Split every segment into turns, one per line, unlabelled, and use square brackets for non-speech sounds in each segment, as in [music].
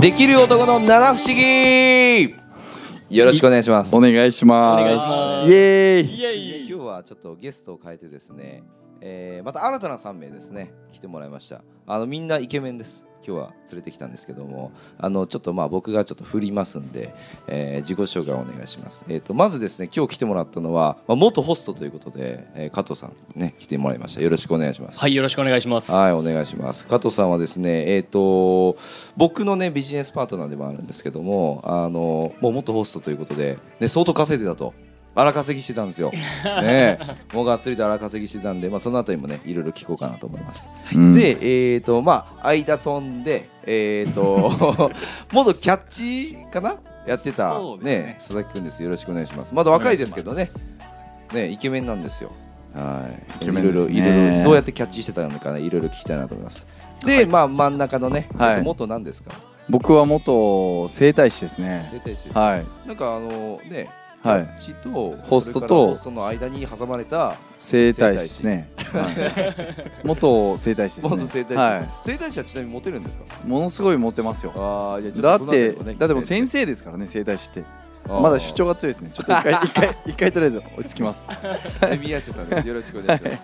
できる男の七不思議よろしくお願いします
お願いします。
お願いします
イエーイ。
いや
今日はちょっとゲストを変えてですね、えーまた新たな3名ですね来てもらいましたあのみんなイケメンです今日は連れてきたんですけどもあのちょっとまあ僕がちょっと振りますんで、えー自己紹介をお願いします、えー、とまずですね今日来てもらったのは、まあ、元ホストということで、えー加藤さんね来てもらいましたよろしくお願いします
はい、よろしくお願いします。
はい、お願いします。加藤さんはですね、えっ、と、僕のね、ビジネスパートナーでもあるんですけども、あの、もう元ホストということで、ね、相当稼いでたと。荒稼ぎしてたん
[laughs]
ですよ。ねえ、もうがっつりと荒稼ぎしてたんで、まあ、そのあたりもね、いろいろ聞こうかなと思います。
うん
で、えっ、と、まあ、間飛んで、えっ、と、 [laughs] 元キャッチかなやってた、
そうです
ね
ね
佐々木くんです。よろしくお願いします。まだ若いですけどね、ね、イケメンなんですよ。はい。
イ
い
ケ
ろ
メ
い
ンで
ろ、
す
い
ね
ろいろ、どうやってキャッチしてたのかね、いろいろ聞きたいなと思います。で、まあ、真ん中のね、
はい
えっと元なんですか。
僕は元整体師ですね。
整体師です。
はい。
なんか、あの、ね、
はい
キャッチと、
ホス
そ
トと
れからホストの間に挟まれた。
整体師ですね。はい元整体師ですね。
元整体師です。
は
整体師はちなみにモテるんですか。
い。ものすごいモテますよ。
ああ、いや、
だって、だってもう先生ですからね、整体師って。まだ主張が強いですね。ちょっと一回、一回、一回とりあえず落ち着きます。
が。宮下さんです。よろしくお願いします。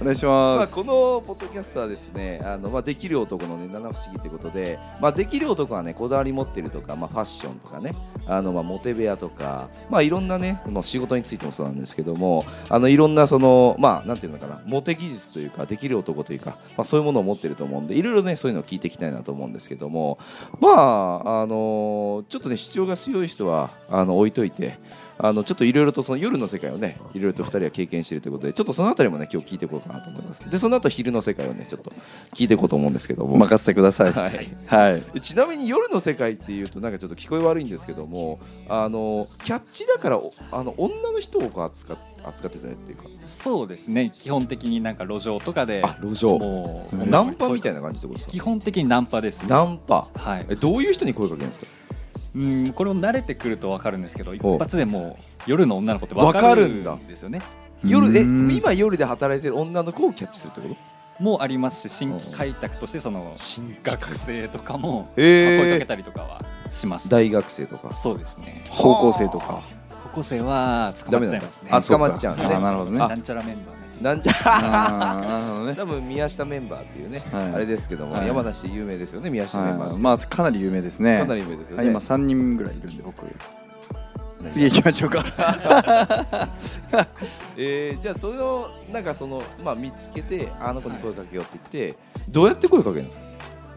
お願いし
まあ、
ます。
このポッドキャストはですねあの、まあ、できる男の、ね、七不思議ということで、まあ、できる男はねこだわり持ってるとか、まあ、ファッションとかねあの、まあ、モテ部屋とか、まあ、いろんなねこの仕事についてもそうなんですけどもあのいろんなその、まあ、なんていうのかなモテ技術というかできる男というか、まあ、そういうものを持ってると思うんでいろいろねそういうのを聞いていきたいなと思うんですけどもまああのちょっとね主張が強い人はあの置いといて。あのちょっといろいろとその夜の世界をねいろいろと2人は経験しているということでちょっとそのあたりもね今日聞いていこうかなと思いますでその後昼の世界をねちょっと聞いていこうと思うんですけども、
任せてください。
はい、
はい。
ちなみに夜の世界っていうとなんかちょっと聞こえ悪いんですけどもあのキャッチだからおあの女の人をこう扱っ扱ってたねっていうか
そうですね。基本的になんか路上とかで、
あ路上
もう
うん
ナンパみたい
な。
な感じってことです
基本的にナンパです
か
ね。
ナンパ
はい。
えどういう人に声かけるんですか
うん、これを慣れてくるとわかるんですけど、一
お
発でもう夜の女の子ってわかるん
わかるん
ですよね。
夜え
うん
今夜で働いてる女の子をキャッチするってこと
もうありますし、新規開拓としてその学生とかも、まあ声かけ
え
たりとかはします。
大学生とか
そうですね。
高校生とか。
高校生は捕
ダメ
まっち
なん
ゃい
だ
ますね。
あ捕まっちゃうんだ
あなるほどね
なんちゃらメンバーね。
なんじゃ
あーなるほどね。
多分宮下メンバーっていうね、
はい
あれですけども、
はい
山梨で有名ですよね宮下メンバーって、
はいまあ、かなり有名ですね。
かなり有名ですよ
は
ね
い今三人ぐらいいるんで、僕。
何
次行きましょうか。
えーじゃあそれをなんかその、まあ、見つけてあの子に声かけようって言って、どうやって声かけるんですか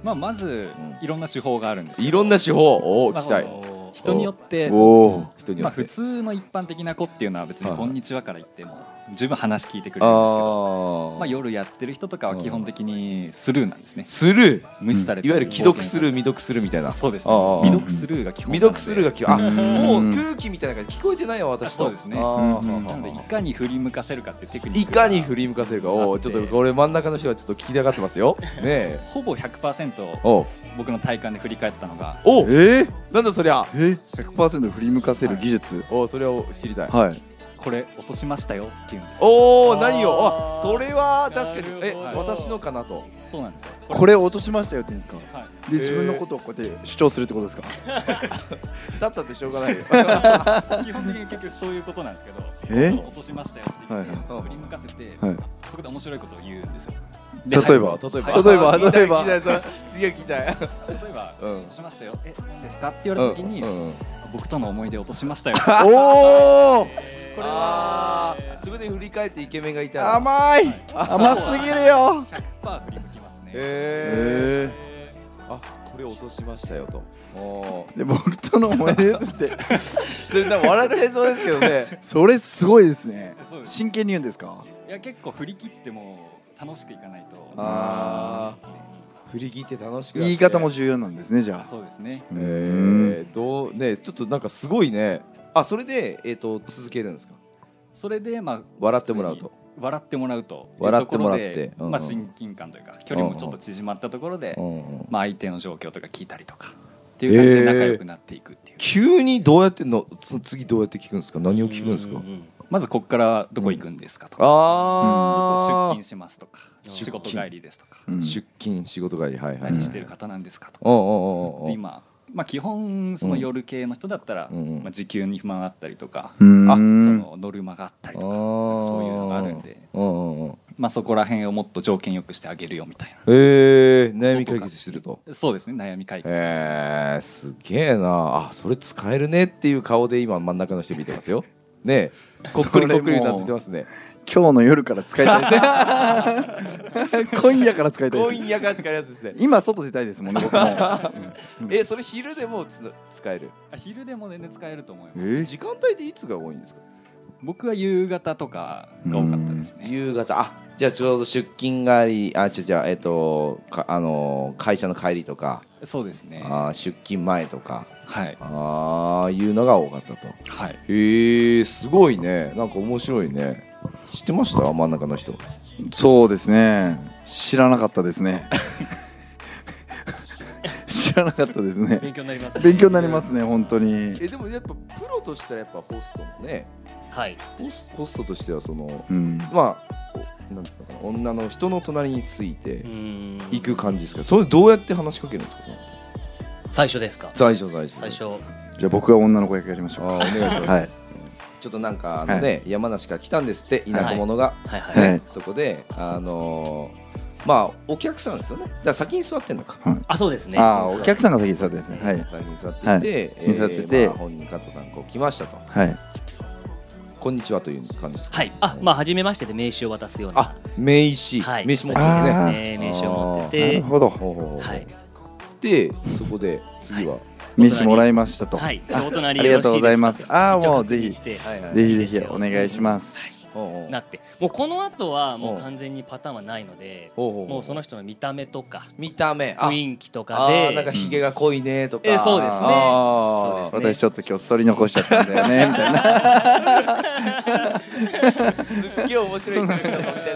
まあまず
う
いろんな手法があるんですけど。
いろんな手法おお
まあ
期待
その人によって
おお。
人によ
まあ、
って、
普通の一般的な子っていうのは別に「
はい
こんにちは」から言っても十分話聞いてくれ
あ
るんですけど
ー、
まあ、夜やってる人とかは基本的にスルーなんですね
スルー
無視されて
いわゆる既読スルー
ー
未読スルーみたいな
そうですね
ああああ
未読スルーが基本なの
未
で
読スルーがきあ
うん
もう空気みたいな感じ聞こえてないよ私と
そうですね
あ
うん
ー
うん
なのでいかに振り向かせるかっていうテクニッ
い
クが
かに振り向かせるかおーちょっとこれ真ん中の人がちょっと聞きたがってます
[laughs]
よねえ
ほぼ100%
おう
僕の体感で振り返ったのが
おう
えー
なんだそりゃ
え100%振り向かせる技術
おうそれを知りたい
はい
これ落としましたよっていうんですよ
おお
あー
何よあそれは確かに
な
え
るほど
私のかなと
そうなんですよ
これを落としましたよって言うんですか
は
で自分のことをこうやって主張するってことですか
だったってしょうがないよ
い基本的に結局そういうことなんですけど
え
今度落としましたよって言って
はいはい
振り向かせて
はい
そこで面白いことを言うんですよで
[laughs] 例
例え
えば例えば
あー
例えば
聞きたい聞きたいそれ次は聞きたい
例えば、
うん
落としましたよ、え、何ですかって言われたときに、
うん
[laughs]
うん
僕との思い出を落としました
[laughs]
よ。
おお
これ
あ
は
ーそこで振り返ってイケメンがいたら
甘い甘すぎるよ
100%振り向きますね。
え
え
ーあこれ落としましたよとおー
ーで僕との思い出です [laughs] って
それなんか笑っちゃいそうですけどね
それすごいですね
そうです
真剣に言うんですか
いや結構振り切っても楽しくいかないと。
あ振り切って楽しくなって
言い方も重要なんですねじゃ
あ
あ
そうですね。
うーん
えーどうねちょっとなんかすごいねあそれでえっと続けるんですか
それでまあ
笑ってもらうと。
笑ってもらうと
笑ってもらって
いうところで
うんうん
まあ、親近感というか距離もちょっと縮まったところで、
うんうん
まあ、相手の状況とか聞いたりとかっていう感じで仲良くなっていくっていう、
急にどうやってのつ次どうやって聞くんですか何を聞くんですか
まずここからどこ行くんですかとか、
あ
出
あ、
勤しますとか仕事帰りですとか、
うん
出勤仕事帰りはいはい
何してる方なんですかとか、
おうおうおうおう
で今まあ、基本その夜系の人だったら、
うんうん
まあ、時給に不満があったりとか、
うん
あそ
そのノルマがあったりとかそういうのがあるんで、
うんうんうん、
まあ、そこら辺をもっと条件よくしてあげるよみたいな
えー、悩み解決すると。
そうですね悩み解決です、
えー、すげえなあそれ使えるねっていう顔で今真ん中の人見てますよねえ [laughs] こっくりこっくりうなずいてますね
今日の夜から使いたいですね [laughs] 今夜から使いたいです
夜から使えるやつですね
今外出たいですもんね僕も
えそれ昼でもつ使える、
あ昼でも全然使えると思います、
え時間帯でいつが多いんですか
僕は夕方とかが多かったですね
夕方あじゃあちょうど出勤帰りあちょじゃあえっ、とかあのー会社の帰りとか
そうですね
あー出勤前とか
はい
ああいうのが多かったと
はい
へえすごいねなんか面白いね知ってました真ん中の人
そうですね知らなかったです [laughs] ね知らなかったですね
勉強になります、
勉強になりますね本当に
えでもやっぱプロとしたらやっぱホストもね
はい
ホスホストとしてはその
うん
まあおなんつうのかな女の人の隣について
うん
行く感じですかそれどうやって話しかけるんですかその
最初ですか
最初最初
最初
じゃあ僕が女の子役やりまし
あー
ょう
お願いします、
かはい
ちょっとなんかあのね、山梨から来たんですって田舎者が、
はい
は
はいい
ねそこであのーまあお客さんですよねだから先に座ってんのか、
あそうですね
ああお客さん
が
が先に座ってですねはい
先に座っていて、
はい座ってて
まあ、本人加藤さんこう来ましたと
はい
こんにちはという感じですか
はいあまあ初めましてで名刺を渡すような
あ名刺、
はい
名刺持ってるんですね
あー
ね名刺を持って
な
て
るほど
ほうほうほう
はい
でそこで次は、
名刺もらいましたと
はい
あ
お隣
ありがとうございますああもうぜひ
ひして
はいはい
ぜひぜひお願いします
おうおう
なってもうこの後はも
お
う
う
完全にパターンはないので
おうおうおう
もうその人の見た目とか
見た目あ
雰囲気とか
あーなんか
で
ひげが濃いねとか、
えそうですね
あ
そうで
私ちょっと今日そり残しちゃったんだよねみたいな
すねすっげえ面白い人だ
[laughs]
みたい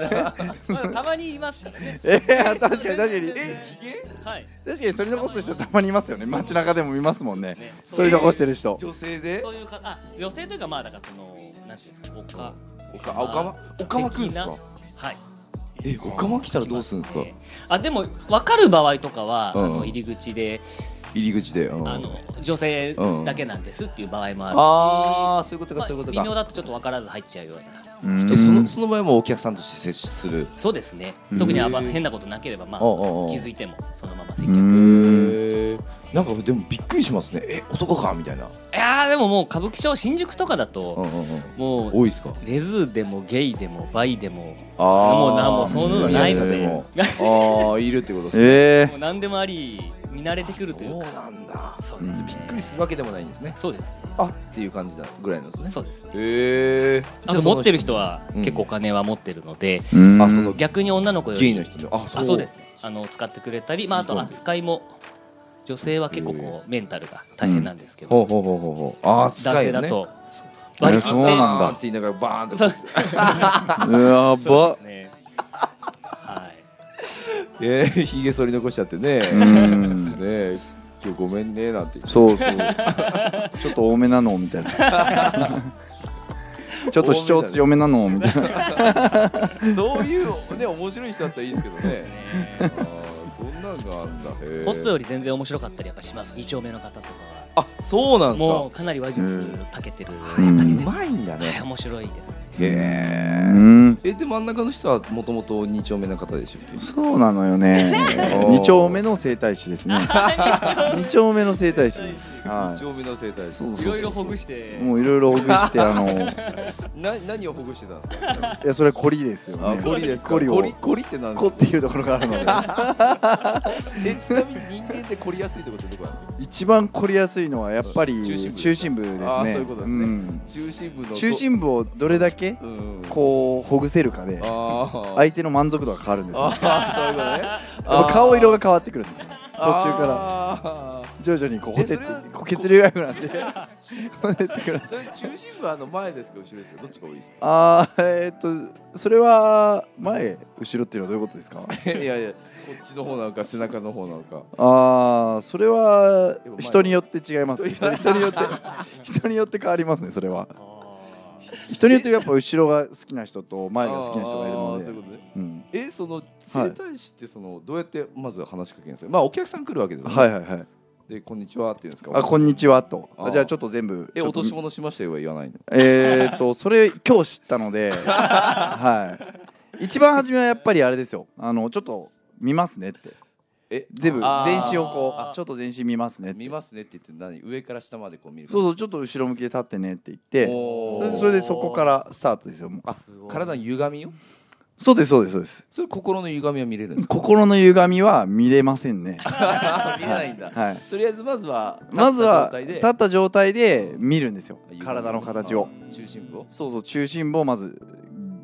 な
まあたまにいますからね
えー確かに確かに
えひげ
はい
確かにそれ残す人たまにいますよね街中でも見ますもんね
ね
それ残してる人
女性で
そういうかあ女性というかまあだからそのなんていうんですかおか
おかあおかまおかまくんですか
はい
えおかま来たらどうするんですか、
えーあでも分かる場合とかは、
うん
あの入り口で
入り口で、うん
あの女性だけなんですっていう場合もあるし、
あーそういうことか、
まあ
そういうこと
微妙
か
だとちょっと分からず入っちゃうような
うーん
えそのその場合もお客さんとして接する
そうですね
うん
特にあま変なことなければまあ
おうおうおう
気づいてもそのまま接
う
客
ー
へ
ん
えなんかでもびっくりしますねえ男かみたいな、
いやーでももう歌舞伎町新宿とかだ
うん
と
うんうん、
もう
多いですか
レズでもゲイでもバイでも
あ
もうなもうそういうのないので
もああいるってことですね
え
もう何でもあり見慣れてくるというか
そうなんだ
そう
う
で
ん
び
す
っくりするわけでもないんですね
そうです
あっていう感じだぐらいなんですね
そうですね
へえ
あと持ってる人は
うん
結構お金は持ってるので、
ーうーん
あその
逆に女の子よ
ゲイ
り
の人であそ
あ
う
そうですねあの使ってくれたり、まあ、あ
す
と
ごい
扱いも女性は結構こうメンタルが大変なんですけど、
ほうほうほうほうほうああ
男
使い
性
よ
だ
ね
と
え
割り切
そうなんだ
っ
バーンって言いながらバーンって
そう
うわば
て、ね、はい
えー、ひげ剃り残しちゃってね
う
ね
ーん
え今日ごめんねなんて
そうそうちょっと多めなのみたいな
[laughs]
ちょっと主張強めなのみたいな
そういうね面白い人だったらいいですけどね
ね
あーそんなんがあんだへえ
ホストより全然面白かったりやっぱします2丁目の方とか
あそうなん
は
で
もう
す
かなり話術たけてる、
うん
か
たけ
う
てる、
まいんだ
はい、
ね
[laughs] 面白いですね
へ
うーん
ええで真ん中の人はもともと2丁目の方でしょ
そうなのよね
おー
二丁目の整体師で
[laughs]
すね二丁目の整体師ですは
2丁目の生態師
そうそうそういろいろほ
ぐして
いもういろいろほぐして
[laughs]
あのい
な何をほぐしてたんですか
やそれはコリですよ
あ
ね
ゴリですか
コリを
ゴリゴリってなん
コ
で
っていうところがあるの
[laughs]
で
すかえちなみに人間って凝りやすいところってどこなんですか
一番凝りやすいのはやっぱり
中心部
中心部ですね
あーそういうことですね
ん
中心部の
中心部をどれだけ
部うん
こうほぐせるかで
あー
相手の満足度が変わるんですよ
あーそういうことね
やっぱ顔色が変わってくるんですよ [laughs] 途中から
から
徐々にこうほて
えそ
っ
れは
てこう血流が良くなってほてってくる
それ中心部はあの前ですか後ろですかどっちが多いです
あーえーっとそれは前後ろっていうのはどういうことですか [laughs]
かいやいやこっちの方なのか背中の方なのか
ああそれは
でも前
人によって違いますね人人
[laughs]
によって人によって変わりますねそれは人によってやっぱ後ろが好きな人と前が好きな人がいる
あ
の
ー
で
そういうことね
うん
えその整体師ってそのどうやってまず話しかけるんですかまあお客さん来るわけですよね
はいはいはい
でこんにちはって言うんですか
あこんにちはと
あー
じゃあちょっと全部
え
ちょっ
落
と
とし物しましたよは言わないの
えー、
[laughs]
とそれ今日知ったので、はい、一番初めはやっぱりあれですよあのちょっと見ますねって
え
全部
あー
全身をこうちょっと全身見ますねって
見ますねって言って何上から下までこう見る
そうそうちょっと後ろ向きで立ってねって言って
お
そ
ー
れでそれでそこからスタートですよもう
あ体の歪みよ
そうですそうですそうです
それ心の歪みは見れるんですか
心の歪みは見れませ
[laughs]
んね
見えないんだ、
はい
とりあえずまずは
まずは
立
立
った状態
った状態で見るんですよ
で
体の形を
あ中心部を [laughs]
そうそう中心部をまず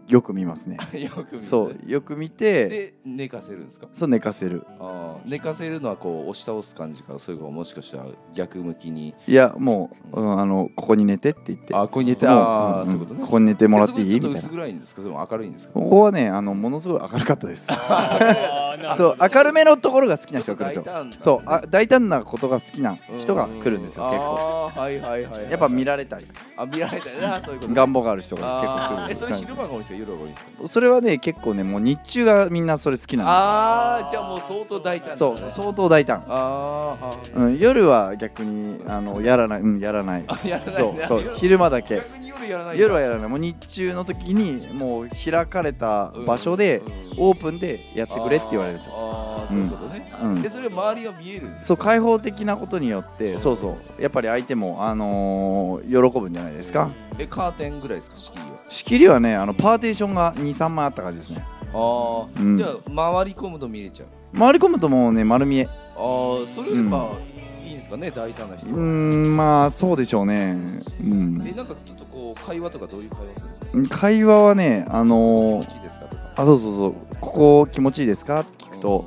よく見ますね
よく見るね
そうよく見て
で寝かせるんですか
そう寝かせる
あー寝かせるのはこう押し倒す感じかそれかもしかしたら逆向きに
いやもう、うんあのここに寝てって言って
あここに寝て
もう
ああ
ん
そういうことね
ここに寝てもらっていい
えそ
み
こ
たい
ちょっと薄
な
暗いんですかでも明るいんですか
ここはねあのものすごい明るかっ
[laughs]
たです
あ
そう明るめのところが好きな人が来るんですよ
ちょっと大胆だね
そうあ大胆なことが好きな人が来るんですよ
う
結構
あーはいはいはいはい
やっぱ見られたり
あ見られたよ
[laughs]
なそういうこと
願望がある人が結構
あー
来る
えそれ
感
昼間が多いんですか夜が多いんですか
じそれはね結構ねもう日中がみんなそれ好きなん
ああじゃあもう相当大胆
で
だ
すそう相当大胆、
あーは
うん、夜は逆にあのやらないうんやらない
あやら [laughs] ない
そうそ
夜
う昼間だけ
逆に夜やらないんだ
夜はやらないもう日中の時にもう開かれた場所で
うんうん
オープンでやってくれって言われるんですよ
あーあーそういうことね、
うん
でそれ周りは見えるんです
そう開放的なことによってそうそうやっぱり相手もあのー喜ぶんじゃないですか
えカーテンぐらいですか敷居は
仕切りはねあのパーテーションが23枚あった感じですね
ああ、
うん
じゃあ回り込むと見れちゃう
回り込むともうね丸見え
ああそれまあ、いいんですかね大胆な
う
人
ー
は、
んまあそうでしょうねうん
えなんかちょっとこう会話とかどういう会話するんですか
会話はねあ
気
の
持
ー
ちいいですかとか
あそうそうそうここ気持ちいいですかって聞くと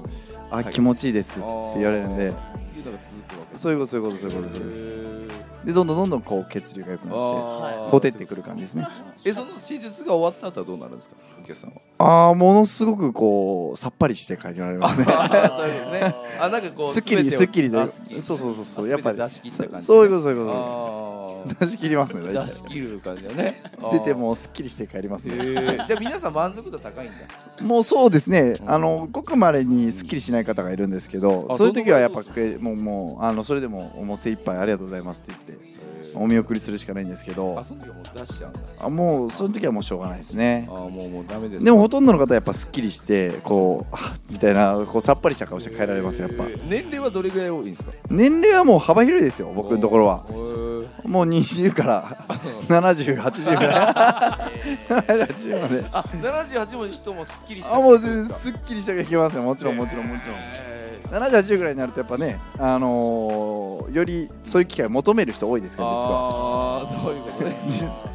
あ
い
気持ちいいですって
って
言われるんで
いうのが続くわけ
そういうことそういうことそういうことそういうことです
う
でどんどんどんどんこう血流が良くなって
ああ
ほてってくる感じですね
えその施術が終わった後はどうなるんですかお客さん
[laughs]
は
ああものすごくこうさっぱりして帰られますね
あそうですね [laughs] あなんかこう
すっきりすっきり
で
でそうそうそうそう
あ
やっぱり
全て出し切った感じ
そういうことそういうこ
あ
と出し切りますね
あ
大
出
体
し切る感じだね
[laughs] 出てもうすっきりして帰ります
へえ
ね
じゃあ皆さん満足度高いんだ
もうそうですねあのごくまれにすっきりしない方がいるんですけど
あ
そういう時はやっ
そ
ぱ
う
くれもうもうあのそれでももう精一杯ありがとうございますって言ってお見送りするしかないんですけど
あその時はもう出しちゃうんだ
あもうその時はもうしょうがないですね
あもうもうダメです
でもほとんどの方はやっぱすっきりしてこうあみたいなこうさっぱりした顔して帰られますやっぱ
えー年齢はどれぐらい多いんですか
年齢はもう幅広いですよ僕のところは
へー
もう20から7080から70まで
あ78も人もすっきりした
あもう全然すっきりしたがいけますよもちろんもちろんもちろん
えー
78ぐらいになるとやっぱねあのーよりそういう機会を求める人多いですから実は
ああそういうこと [laughs] ね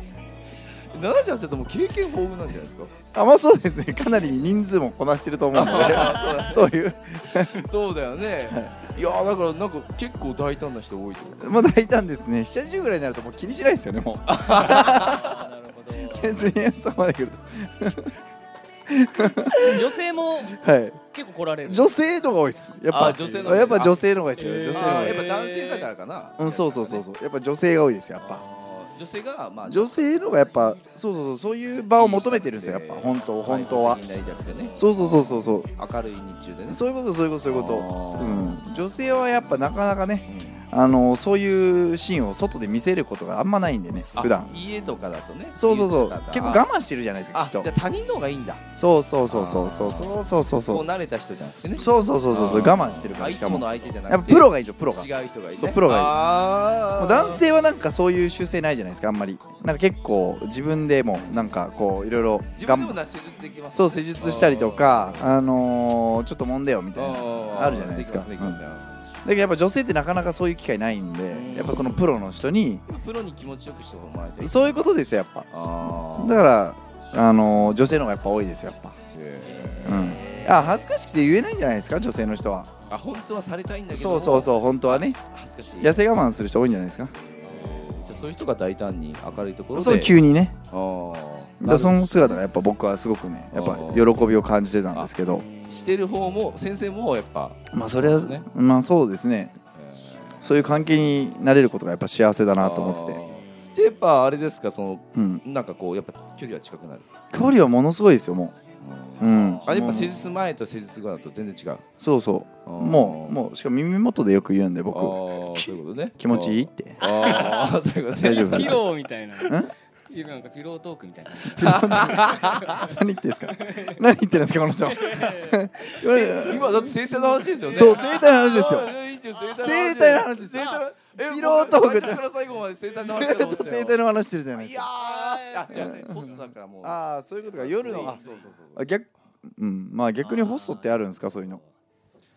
78だともう経験豊富なんじゃないですか
あまあそうですねかなり人数もこなしてると思
[laughs]
うのでそういう
そうだよね。いやーだからなんか結構大胆な人多いと思う。
まあ大胆ですね70ぐらいになるともう気にしないですよね
[laughs]
もう
なるほど
別にそこまで来ると
女性も
はい
結構来られる
女性の方が多いですやっぱ
あ女性の方が多い
やっぱ女性の方が多いですよ、
あ
女性の方
あー
が多
や
いで
っ
す
ぱ男性だからかな。
うんそうそうそうそうやっぱ女性が多いですやっぱ
あー女性がまあ
女性の方がやっぱそうそうそうそういう場を求めてるんですよやっぱ本当本当は
開放的になりたくてね
そうそうそうそうそう
明るい日中でね。
そういうことそういうことそういうこ
あ
と、
ー
うん、女性はやっぱなかなかねあのそういうシーンを外で見せることがあんまないんでね
あ
普段
家とかだとね。
そうそうそ
家と
う
かだ
結構
あ
我慢してるじゃないですかき
あ
っ
じゃ
と
あ他人の方がいいんだ。
そうそうそうそうそうそうそうそう
こ
そう
う慣れた人じゃなくてね。
そうそうそうそう
あー
我慢してるか
あ
ら
い
し
つ
か
もの
も
相手じゃなくて。
やっぱプロがいいでしょプロが
違う人がいいね。
そうプロがいい
あ
も
あ。
う男性はなんかそういう習性ないじゃないですかあんまりなんか結構自分でもなんかこういろいろ
自
が
分でも
ん
な施術できます。
そう施術したりとかあのーちょっと揉んでよみたいな
あー。
あるじゃないですか
きますきます
だけどやっぱ女性ってなかなかそういう機会ないん
ん
でやっぱそのプロの人に
プロに気持ちよくしてもらいたい。
そういうことですよやっぱ
あ
だからあのー女性の方がやっぱ多いですよやっぱうんあ恥ずかしくて言えないんじゃないですか女性の人は
あ本当はされたいんだけど
そうそう
う
そう本当はね
恥ずかしい
痩せ我慢する人多いんじゃないですか
じゃあそういう人が大胆に明るいところで
そう急にね
あー
だからその姿がやっぱ僕はすごくねやっぱ喜びを感じてたんですけど
してる方も先生もやっぱ、
まあそれは
そうですね
まあそうですね
え
そういう関係になれることがやっぱ幸せだ
ー
なと思ってて、
あーでやっぱあれですかその
うん、
なんかこうやっぱ距離は近くなる
距離はものすごいですよもううん
あやっぱ施術前と施術後だと全然違う
そうそ
あ
う
ー
もうもうしかも耳元でよく言うんで
ああ
僕
そういうことね
気持ちいいって
ああそういうことね
大丈夫
ピローみたいな。
ん
なんかピロートークみたいな。
[laughs] 何言って
[laughs]
んすか何言ってるんですかこの人これ
今だって生体の話ですよね
そう生体の話ですよ
あいいですよ
生体の話です
生体のえ
ピロートーク
最初から最後まで生体の話だ
ず
と
ー
思
っ
って
と
たよ
生体の話してるじゃないで
い
す
や
か
ーあ違うねポストだからもう
ああそういうことか夜のあ
そうそうそうそう
あ逆うんまあ逆にホストってあるんですかそういうの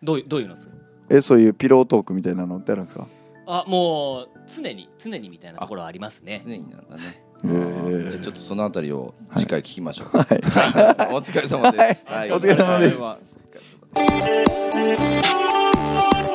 どういうどういうのですか。
えそういうピロートークみたいなのってあるんですか
あもう常に常にみたいなところはありますね
常になんだね
へー
じゃあちょっとそのあたりを次回聞きましょう。 [laughs] お疲れ様です。はい
お疲れ様です
お疲れ様です。